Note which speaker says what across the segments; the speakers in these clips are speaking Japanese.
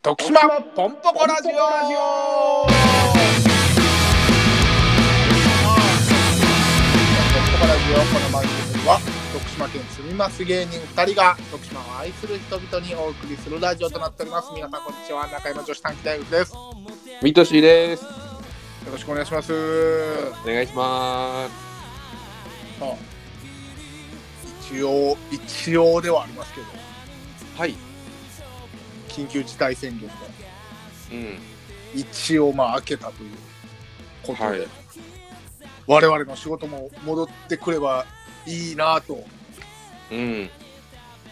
Speaker 1: 徳島ポンポコラジオポンポコラジオこの番組は徳島県住みます芸人2人が徳島を愛する人々にお送りするラジオとなっております皆さんこんにちは中山女子短期大学ですよ
Speaker 2: みとしです。
Speaker 1: ろしくお願いします
Speaker 2: お願いします。
Speaker 1: まあ一応一応ではありますけど
Speaker 2: はい。
Speaker 1: 緊急事態宣言で
Speaker 2: うん。
Speaker 1: 一応まあ明けたということで、
Speaker 2: はい
Speaker 1: 我々の仕事も戻ってくればいいなと
Speaker 2: うん。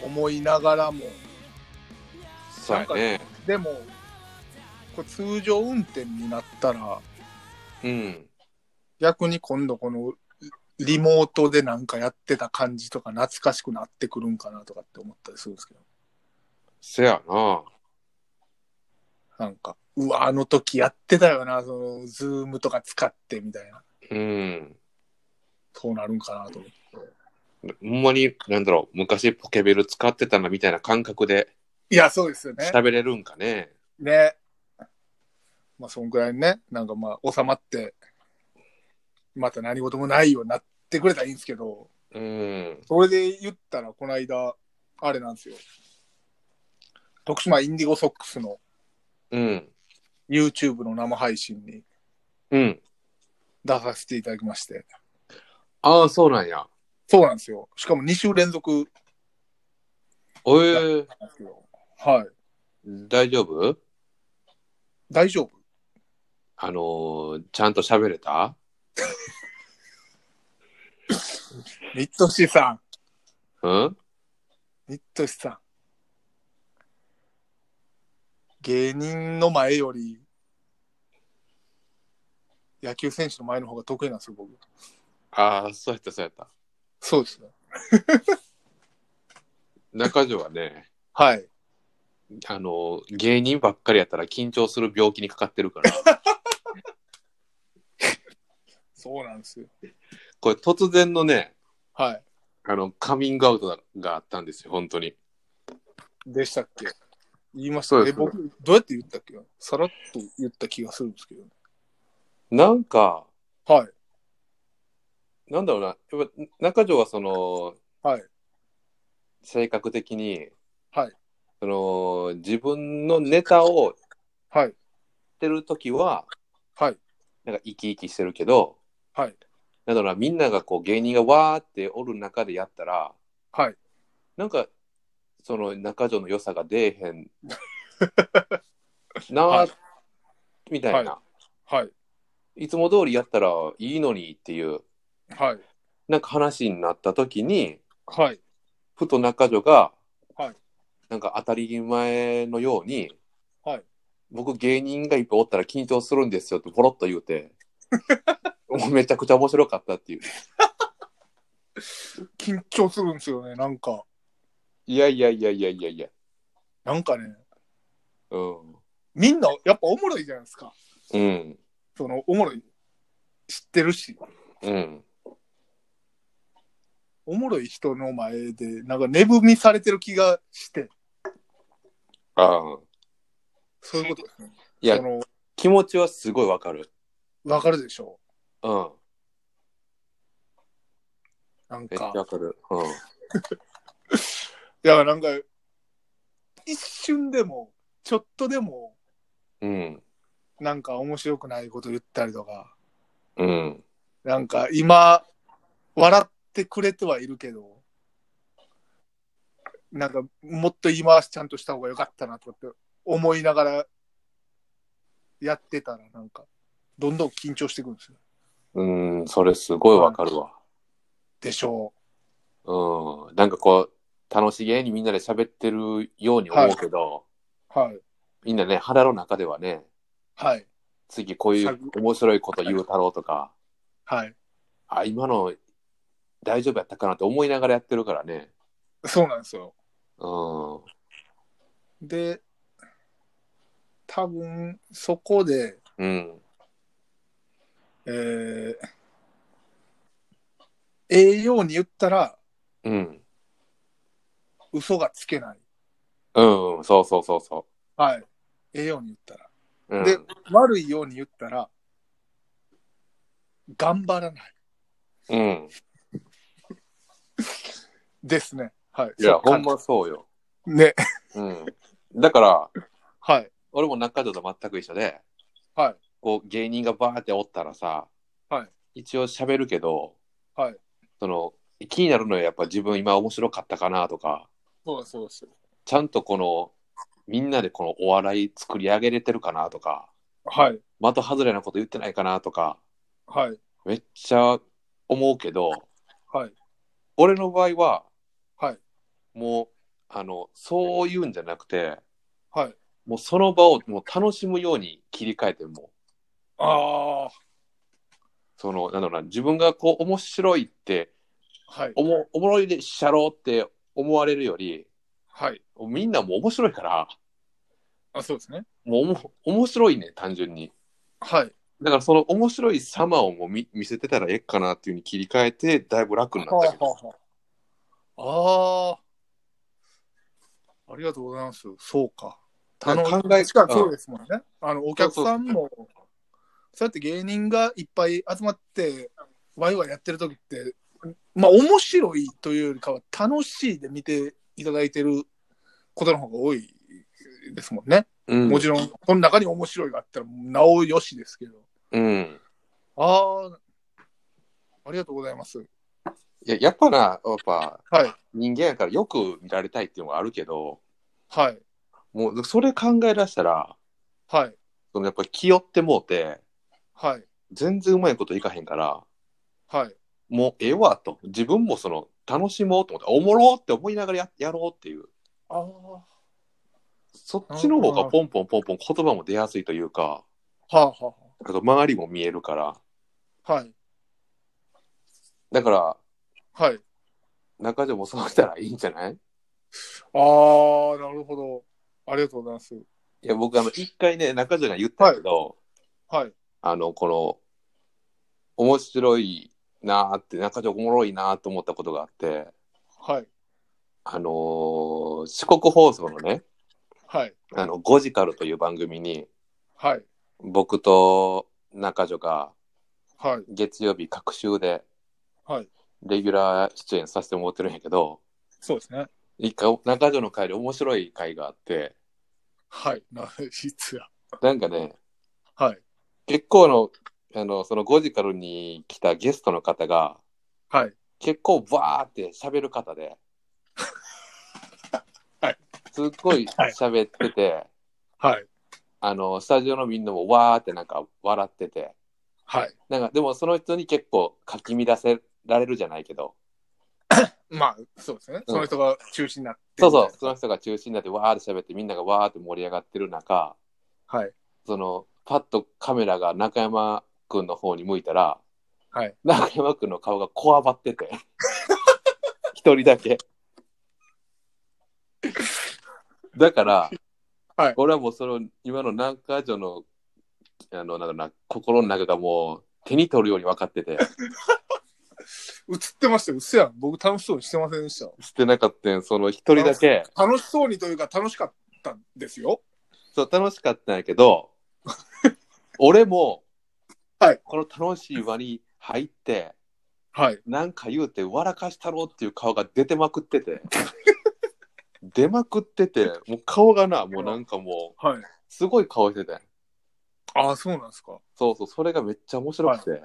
Speaker 1: 思いながらも
Speaker 2: そうやね。
Speaker 1: でもこれ通常運転になったら
Speaker 2: うん。
Speaker 1: 逆に今度このリモートでなんかやってた感じとか懐かしくなってくるんかなとかって思ったりするんですけど
Speaker 2: せやな。
Speaker 1: なんかうわあの時やってたよなそのズームとか使ってみたいな
Speaker 2: うん。
Speaker 1: そうなるんかなと思って
Speaker 2: ほんまに、なんだろう、昔ポケベル使ってたなみたいな感覚で
Speaker 1: いやそうですよね
Speaker 2: 喋れるんかね。
Speaker 1: ね。まあ、そんぐらいね、なんかまあ、収まって、また何事もないようになってくれたらいいんですけど、
Speaker 2: うん。
Speaker 1: それで言ったら、この間、あれなんですよ。徳島インディゴソックスの
Speaker 2: うん。
Speaker 1: YouTube の生配信に
Speaker 2: うん。
Speaker 1: 出させていただきまして。
Speaker 2: ああ、そうなんや。
Speaker 1: そうなんですよ。しかも2週連続
Speaker 2: おえ
Speaker 1: なんですよ。はい。
Speaker 2: 大丈夫
Speaker 1: 大丈夫
Speaker 2: あのー、ちゃんと喋れた
Speaker 1: ミッドシさ
Speaker 2: うん
Speaker 1: ん、ミッドシさん。芸人の前より野球選手の前の方が得意なんですよ、僕。
Speaker 2: ああ、そうやった、そうやった。
Speaker 1: そうですね。
Speaker 2: 中条はね、
Speaker 1: はい。
Speaker 2: あのー、芸人ばっかりやったら緊張する病気にかかってるから。
Speaker 1: そうなんですよ。
Speaker 2: これ突然のね、
Speaker 1: はい。
Speaker 2: あの、カミングアウトがあったんですよ、本当に。
Speaker 1: でしたっけ言いまし
Speaker 2: そ
Speaker 1: た
Speaker 2: うで
Speaker 1: え、
Speaker 2: すね
Speaker 1: 僕、どうやって言ったっけさらっと言った気がするんですけど。
Speaker 2: なんか、
Speaker 1: はい。
Speaker 2: なんだろうな、やっぱ中条はその、
Speaker 1: はい。
Speaker 2: 性格的に、
Speaker 1: はい。
Speaker 2: その、自分のネタをし
Speaker 1: はい。
Speaker 2: てるときは、
Speaker 1: はい。
Speaker 2: なんか生き生きしてるけど、
Speaker 1: はい。
Speaker 2: なんだろうな、みんながこう芸人がわーっておる中でやったら、
Speaker 1: はい。
Speaker 2: なんか、その中条の良さが出えへ んなー、
Speaker 1: はい
Speaker 2: みたいな、
Speaker 1: はい。
Speaker 2: いつも通りやったらいいのにっていう、
Speaker 1: はい。
Speaker 2: なんか話になった時に、
Speaker 1: はい。
Speaker 2: ふと中女が、
Speaker 1: はい
Speaker 2: なんか当たり前のように、
Speaker 1: はい
Speaker 2: 僕芸人がいっぱいおったら緊張するんですよってポロッと言う て、もうめちゃくちゃ面白かったっていう。
Speaker 1: 緊張するんですよね、なんか。
Speaker 2: いやいやいやいやいやいや。
Speaker 1: なんかね、
Speaker 2: うん。
Speaker 1: みんなやっぱおもろいじゃないですか。
Speaker 2: うん。
Speaker 1: その、おもろい。知ってるし。
Speaker 2: うん。
Speaker 1: おもろい人の前で、なんか、寝踏みされてる気がして、
Speaker 2: ああ。
Speaker 1: そういうことですね。
Speaker 2: いや
Speaker 1: そ、の、
Speaker 2: 気持ちはすごいわかる。
Speaker 1: わかるでしょ
Speaker 2: うん。
Speaker 1: うなん
Speaker 2: めっちゃ
Speaker 1: か、
Speaker 2: わかる。うん。
Speaker 1: いや、なんか、一瞬でも、ちょっとでも、
Speaker 2: うん。
Speaker 1: なんか面白くないこと言ったりとか、
Speaker 2: うん。
Speaker 1: なんか、今、笑ってくれてはいるけど、なんか、もっと言い回しちゃんとした方が良かったなとかって思いながら、やってたら、なんか、どんどん緊張してくるんですよ。
Speaker 2: うん、それすごいわかるわ。
Speaker 1: でしょ
Speaker 2: うん。なんかこう、楽しげにみんなで喋ってるように思うけど、
Speaker 1: う。はい。
Speaker 2: みんなね、腹の中ではね、
Speaker 1: はい。
Speaker 2: 次こういう面白いこと言うたろうとか、
Speaker 1: はい。
Speaker 2: あ、今の大丈夫やったかなって思いながらやってるからね。
Speaker 1: そうなんですよ。
Speaker 2: うん。
Speaker 1: で、多分、そこで、
Speaker 2: うん。
Speaker 1: えー、ええように言ったら、
Speaker 2: うん。
Speaker 1: 嘘がつけない。
Speaker 2: うん。そうそうそうそ
Speaker 1: はい。ええように言ったら。
Speaker 2: うん、
Speaker 1: で、悪いように言ったら、頑張らない。
Speaker 2: うん。
Speaker 1: ですね。はい。
Speaker 2: いや、
Speaker 1: そっか
Speaker 2: ほんまそうよ。
Speaker 1: ね。
Speaker 2: うん。だから、
Speaker 1: はい。
Speaker 2: 俺も中条と全く一緒で、
Speaker 1: はい。
Speaker 2: こう、芸人がバーっておったらさ、
Speaker 1: はい
Speaker 2: 一応喋るけど、
Speaker 1: はい。
Speaker 2: その、気になるのはやっぱ自分今面白かったかなとか、
Speaker 1: そうですそうです。
Speaker 2: ちゃんとこの、みんなでこのお笑い作り上げれてるかなとか、
Speaker 1: はい。
Speaker 2: 的外れなこと言ってないかなとか、
Speaker 1: はい。
Speaker 2: めっちゃ思うけど、
Speaker 1: はい。
Speaker 2: 俺の場合は、
Speaker 1: はい
Speaker 2: もう、あの、そういうんじゃなくて、
Speaker 1: はい。
Speaker 2: もうその場をもう楽しむように切り替えてもう、
Speaker 1: ああ。
Speaker 2: その、なんだろうな、自分がこう面白いって、
Speaker 1: はい。
Speaker 2: おもおもろいでしゃろうって思われるより、
Speaker 1: はい。
Speaker 2: みんなもう面白いから、
Speaker 1: あ、そうですね。
Speaker 2: もうおも面白いね、単純に。
Speaker 1: はい。
Speaker 2: だからその面白い様をもう見見せてたらええかなっていう風に切り替えて、だいぶ楽になったけど。
Speaker 1: はあはあはああー。ありがとうございます。そうか。
Speaker 2: なんか考え
Speaker 1: しかもそうですもんね。あの、お客さんも、そうやって芸人がいっぱい集まって、ワイワイやってる時って、まあ、面白いというよりかは、楽しいで見ていただいてることの方が多いですもんね。
Speaker 2: うん
Speaker 1: もちろん、この中に面白いがあったら、なおよしですけど。
Speaker 2: うん。
Speaker 1: ああ、ありがとうございます。
Speaker 2: いや、やっぱな、やっぱ
Speaker 1: はい、
Speaker 2: 人間やからよく見られたいっていうのがあるけど、
Speaker 1: はい、
Speaker 2: もうそれ考え出したら、
Speaker 1: はい、
Speaker 2: そのやっぱ気負ってもうて、
Speaker 1: はい、
Speaker 2: 全然うまいこといかへんから、
Speaker 1: はい。
Speaker 2: もうええわと。自分もその楽しもうと思って、おもろーって思いながらややろうっていう。
Speaker 1: あ
Speaker 2: そっちの方がポンポンポンポン言葉も出やすいというか、
Speaker 1: あ、はあ、は
Speaker 2: あと周りも見えるから。
Speaker 1: あ、はい、
Speaker 2: だから、
Speaker 1: はい。
Speaker 2: 中条もそうしたらいいんじゃない
Speaker 1: ああ、なるほど。ありがとうございます。
Speaker 2: いや、僕あの、一回ね、中条が言ったけど、
Speaker 1: はい、
Speaker 2: あの、この、面白いなーって、中条おもろいなーと思ったことがあって、
Speaker 1: はい、
Speaker 2: あのー四国放送のね、
Speaker 1: はい、
Speaker 2: あの、ゴジカルという番組に、
Speaker 1: はい、
Speaker 2: 僕と中条が
Speaker 1: はい、
Speaker 2: 月曜日、隔週で、
Speaker 1: はい。
Speaker 2: レギュラー出演させてもらってるんやけど、
Speaker 1: そうですね。
Speaker 2: 一回、中条の会で面白い会があって、
Speaker 1: はい、な、いつや。
Speaker 2: なんかね、
Speaker 1: はい、
Speaker 2: 結構の、あの、そのゴジカルに来たゲストの方が、
Speaker 1: はい、
Speaker 2: 結構バーって喋る方で、
Speaker 1: はい
Speaker 2: すっごい喋ってて、
Speaker 1: はい、
Speaker 2: あの、スタジオのみんなもわーってなんか笑ってて、
Speaker 1: はい。
Speaker 2: なんかでもその人に結構かき乱せられるじゃないけど、
Speaker 1: まあ、そうですね。その人が中心になって。
Speaker 2: そうそう、その人が中心になってわーって喋ってみんながわーって盛り上がってる中、
Speaker 1: はい、
Speaker 2: その、パッとカメラが中山くんの方に向いたら、
Speaker 1: はい。
Speaker 2: 中山くんの顔がこわばってて、 一人だけ。だから、
Speaker 1: はい
Speaker 2: 俺はもうその、今の中条の、あの、なんだろうな、心の中がもう手に取るように分かってて、
Speaker 1: 映ってましたよ。うっせやん。僕楽しそうにしてませんでした。
Speaker 2: 捨てなかったんその一人だけ、
Speaker 1: 楽しそうにというか楽しかったんですよ。
Speaker 2: そう、楽しかったんやけ ど、俺も、
Speaker 1: はい
Speaker 2: この楽しい輪に入って、
Speaker 1: はい。
Speaker 2: なんか言うて笑かしたろうっていう顔が出てまくって て出まくっててもう顔がなもうなんかもう
Speaker 1: はい。
Speaker 2: すごい顔してて
Speaker 1: ああ、そうなんですか。
Speaker 2: そうそうそれがめっちゃ面白くて、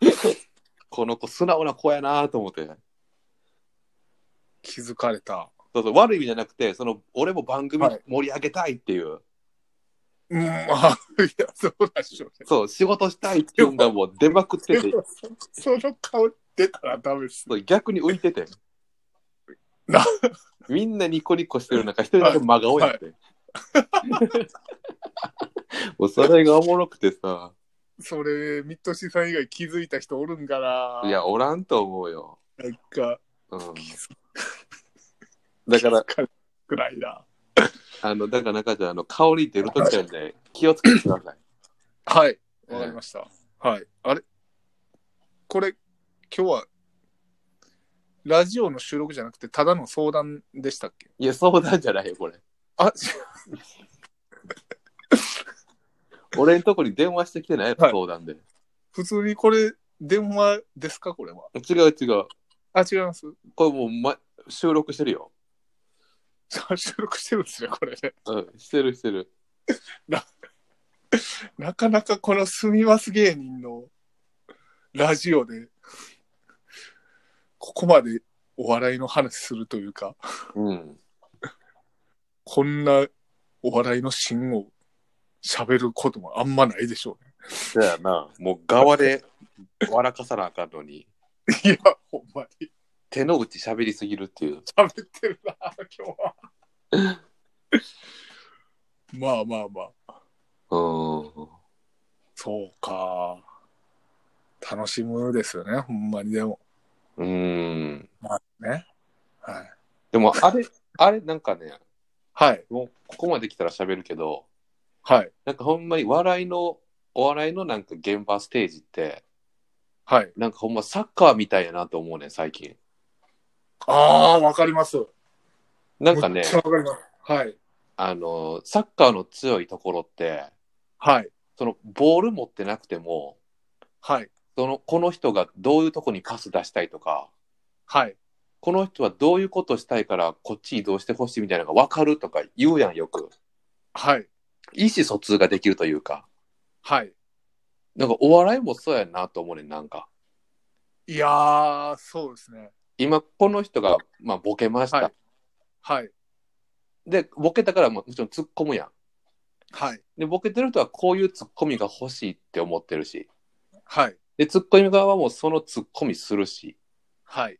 Speaker 2: この子素直な子やなと思って
Speaker 1: 気づかれた。
Speaker 2: そうそう悪い意味じゃなくてその俺も番組
Speaker 1: はい
Speaker 2: 盛り上げたいっていう、
Speaker 1: うん、 あ、いや、そうなんでしょうね。
Speaker 2: そう仕事したいっていうのがもう出まくってて
Speaker 1: でもそその顔出たらダメです。
Speaker 2: そう逆に浮いてて
Speaker 1: な
Speaker 2: みんなニコニコしてる中一人だけ真顔やって、もうそれがおもろくてさ、
Speaker 1: それ、ミッドシーさん以外気づいた人おるんかない
Speaker 2: やおらんと思うよ、
Speaker 1: なんか、
Speaker 2: うん、
Speaker 1: だ
Speaker 2: だから、
Speaker 1: くらいな。
Speaker 2: あのだから中ちゃんあの香り出るときなんで気をつけてください
Speaker 1: はい、わかりました。はい。あれこれ、今日は、ラジオの収録じゃなくて、ただの相談でしたっけ
Speaker 2: いや相談じゃないよこれ
Speaker 1: あ、
Speaker 2: 俺んとこに電話してきてないやろ
Speaker 1: はい
Speaker 2: 相談で。
Speaker 1: 普通にこれ、電話ですかこれは。
Speaker 2: 違う違う。
Speaker 1: あ、違います。
Speaker 2: これもう、ま、収録してるよ。
Speaker 1: 収録してるんですね、これね。
Speaker 2: うん、してるしてる。
Speaker 1: なかなかこのすみます芸人のラジオで、ここまでお笑いの話するというか、
Speaker 2: うん。
Speaker 1: こんなお笑いの芯を喋ることもあんまないでしょ
Speaker 2: そやな。もう側で笑かさなあかんのに、
Speaker 1: うね。いや、ほんまに
Speaker 2: 手の内喋りすぎるっていう。
Speaker 1: 喋ってるな、今日は。まあまあまあ。
Speaker 2: うん。
Speaker 1: そうか。楽しむですよね、ほんまにでも。
Speaker 2: うん。
Speaker 1: ね。はい。
Speaker 2: でも、あれ、あれ、なんかね、
Speaker 1: はい。
Speaker 2: もうここまで来たら喋るけど、
Speaker 1: はい。
Speaker 2: なんかほんまに笑いの、お笑いのなんか現場ステージって、
Speaker 1: はい。
Speaker 2: なんかほんまサッカーみたいやなと思うねん、最近。
Speaker 1: ああ、わかります。
Speaker 2: なんかね
Speaker 1: めっ、ちゃわかります。はい。
Speaker 2: あの、サッカーの強いところって、
Speaker 1: はい。
Speaker 2: そのボール持ってなくても、
Speaker 1: はい。
Speaker 2: そのこの人がどういうとこにパス出したいとか、
Speaker 1: はい。
Speaker 2: この人はどういうことしたいからこっち移動してほしいみたいなのが分かるとか言うやんよく。
Speaker 1: はい。
Speaker 2: 意思疎通ができるというか、
Speaker 1: はい。
Speaker 2: なんかお笑いもそうやなと思うねん、なんか。
Speaker 1: いやー、そうですね。
Speaker 2: 今この人が、まあ、ボケました。
Speaker 1: はいはい。
Speaker 2: で、ボケたからももちろん突っ込むやん。
Speaker 1: はい。
Speaker 2: で、ボケてる人はこういう突っ込みが欲しいって思ってるし。
Speaker 1: はい。
Speaker 2: で、突っ込み側はもうその突っ込みするし。
Speaker 1: はい。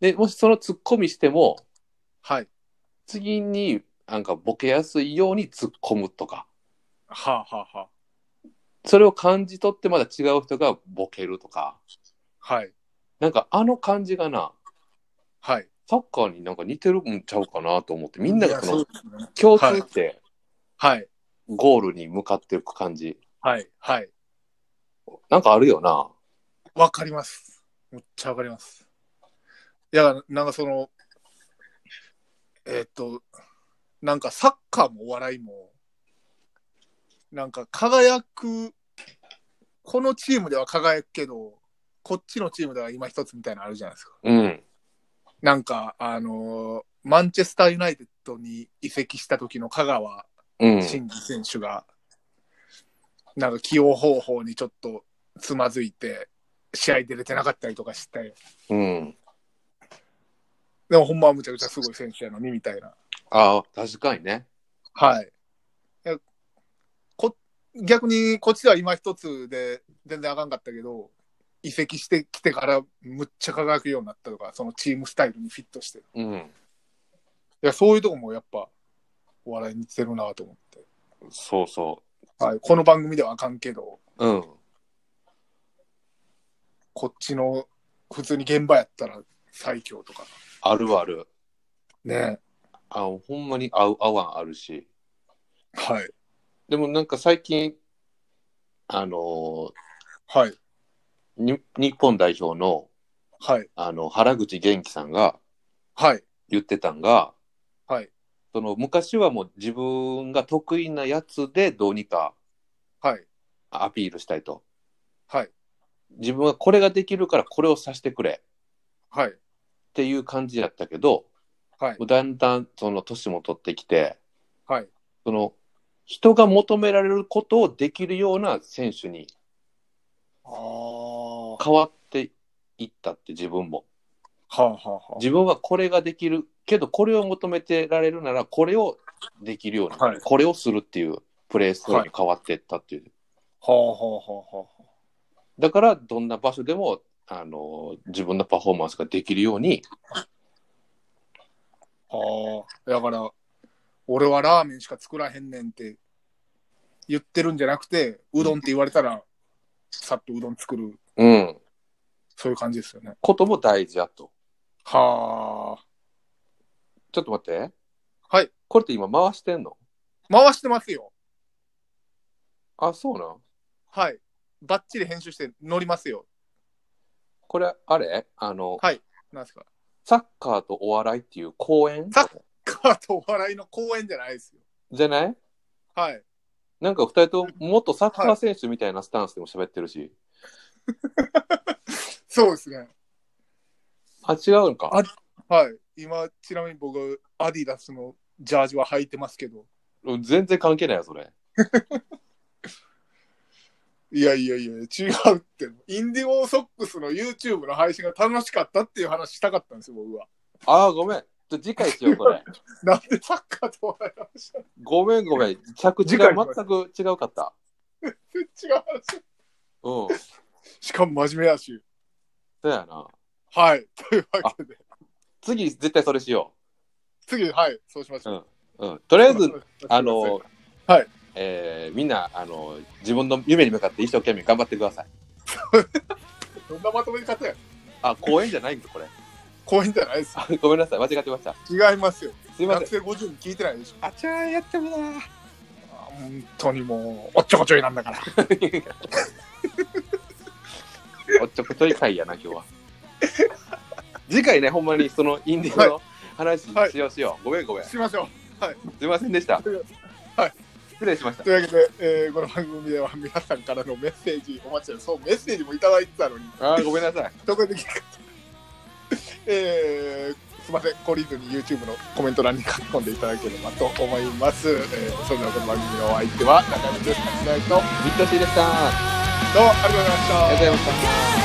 Speaker 2: で、もしその突っ込みしても、
Speaker 1: はい。
Speaker 2: 次になんかボケやすいように突っ込むとか、
Speaker 1: はあ、はあは
Speaker 2: それを感じ取ってまた違う人がボケるとか、
Speaker 1: あ、はい。
Speaker 2: なんかあの感じがな、
Speaker 1: はい。
Speaker 2: サッカーになんか似てるんちゃうかなと思って、みんながそ
Speaker 1: いやそう
Speaker 2: の
Speaker 1: ですね。
Speaker 2: 共通って
Speaker 1: はい。
Speaker 2: ゴールに向かっていく感じ、
Speaker 1: はい。はい。
Speaker 2: なんかあるよな。
Speaker 1: わかります。めっちゃわかります。いや、なんかその、えーっと、なんかサッカーもお笑いも、なんか輝く、このチームでは輝くけど、こっちのチームでは今一つみたいなのあるじゃないですか。
Speaker 2: うん。
Speaker 1: なんか、あのーマンチェスターユナイテッドに移籍した時の香川
Speaker 2: うん。
Speaker 1: 真司選手が、なんか起用方法にちょっとつまずいて、試合出れてなかったりとかして、
Speaker 2: うん。
Speaker 1: でもほんまはむちゃくちゃすごい選手やのにみたいな。
Speaker 2: ああ、確かにね。
Speaker 1: はい。いやこ逆にこっちでは今一つで全然あかんかったけど、移籍してきてからむっちゃ輝くようになったとか、そのチームスタイルにフィットして。い
Speaker 2: うん。
Speaker 1: や、そういうとこもやっぱ、お笑いに似てるなと思って。
Speaker 2: そうそ
Speaker 1: はい、この番組ではあかんけど、
Speaker 2: う。うん。
Speaker 1: こっちの普通に現場やったら最強とか。
Speaker 2: あるある。
Speaker 1: ね。
Speaker 2: あほんまに合う合わんあるし。
Speaker 1: はい。
Speaker 2: でもなんか最近、あの
Speaker 1: はい。
Speaker 2: ーに日本代表の
Speaker 1: はい。
Speaker 2: あの原口元気さんが
Speaker 1: はい。
Speaker 2: 言ってたんが、
Speaker 1: はい。
Speaker 2: その昔はもう自分が得意なやつでどうにか
Speaker 1: はい。
Speaker 2: アピールしたいと。
Speaker 1: はい。
Speaker 2: 自分はこれができるからこれをさせてくれ
Speaker 1: はい。
Speaker 2: っていう感じだったけど、
Speaker 1: はい
Speaker 2: もうだんだんその年も取ってきて、
Speaker 1: はい。
Speaker 2: その人が求められることをできるような選手に
Speaker 1: ああ。は
Speaker 2: 変わっていったって自分も。
Speaker 1: あはあは
Speaker 2: 自分はこれができるけどこれを求めてられるならこれをできるように、
Speaker 1: はい
Speaker 2: これをするっていうプレースタイルに変わっていったっていう、
Speaker 1: あ。はあはあはあはあ。
Speaker 2: だからどんな場所でもあの自分のパフォーマンスができるように
Speaker 1: ああ、だから、俺はラーメンしか作らへんねんって言ってるんじゃなくて、うどんって言われたら、さっとうどん作る、
Speaker 2: うん
Speaker 1: そういう感じですよね。
Speaker 2: ことも大事だと
Speaker 1: はあ。
Speaker 2: ちょっと待って
Speaker 1: はい
Speaker 2: これって今回してんの
Speaker 1: 回してますよ。
Speaker 2: あそうなん
Speaker 1: はい。バッチリ編集して乗りますよ。
Speaker 2: これあれあの、
Speaker 1: はいなんですか。
Speaker 2: サッカーとお笑いっていう公演
Speaker 1: サッーとお笑いの公演じゃないですよ。
Speaker 2: じゃない
Speaker 1: はい。
Speaker 2: なんか二人とも元サッカー選手みたいなスタンスでも喋ってるし。
Speaker 1: そうですね。
Speaker 2: あ、違うんか。
Speaker 1: あはい。今、ちなみに僕、アディダスのジャージは履いてますけど。
Speaker 2: 全然関係ないよ、それ。
Speaker 1: いやいやいや、違うって。インディゴーソックスの YouTube の配信が楽しかったっていう話したかったんですよ、僕は。
Speaker 2: ああ、ごめん。ちょ次回しよう、 これ。
Speaker 1: なんでサッカーとお笑いの話なん
Speaker 2: ごめん、ごめん。着地が全く違うかった。
Speaker 1: て違う話
Speaker 2: うん。
Speaker 1: しかも真面目やし。
Speaker 2: そうやな。
Speaker 1: はい。というわけで、
Speaker 2: 次、絶対それしよ
Speaker 1: 次、はい、そうしましょう。
Speaker 2: う。うん。とりあえず、、あの、
Speaker 1: はい。
Speaker 2: えーみんな、あの、自分の夢に向かって一生懸命頑張ってください。
Speaker 1: どんなまとめ方や
Speaker 2: あ、公演じゃないんだ、これ。
Speaker 1: 公演じゃないです。
Speaker 2: あごめんなさい、間違ってました。
Speaker 1: 違いますよ。
Speaker 2: すいませ
Speaker 1: 学
Speaker 2: ん。
Speaker 1: 生50人聞いてないでしょ。
Speaker 2: あちゃーやってもな
Speaker 1: あ本当にもう、おっちょこちょいなんだから。
Speaker 2: おっちょこちょい会やな、今日は。 次回ね、ほんまにそのインディーの話
Speaker 1: はい
Speaker 2: しようしよう。ごめん、ごめん。す
Speaker 1: しましょう。
Speaker 2: いませんでした。
Speaker 1: はい。
Speaker 2: 失礼しました。
Speaker 1: というわけで、えーこの番組では皆さんからのメッセージお待ちしておりますそうメッセージもいただいてたのに
Speaker 2: あーごめんなさい。
Speaker 1: どこできなかった えーすいません懲りずに YouTube のコメント欄に書き込んでいただければと思います、えーそれではこの番組のお相手は中山です勝内とどうも
Speaker 2: ミッドシーでした。あ
Speaker 1: ありがとうございました
Speaker 2: りがとうございました。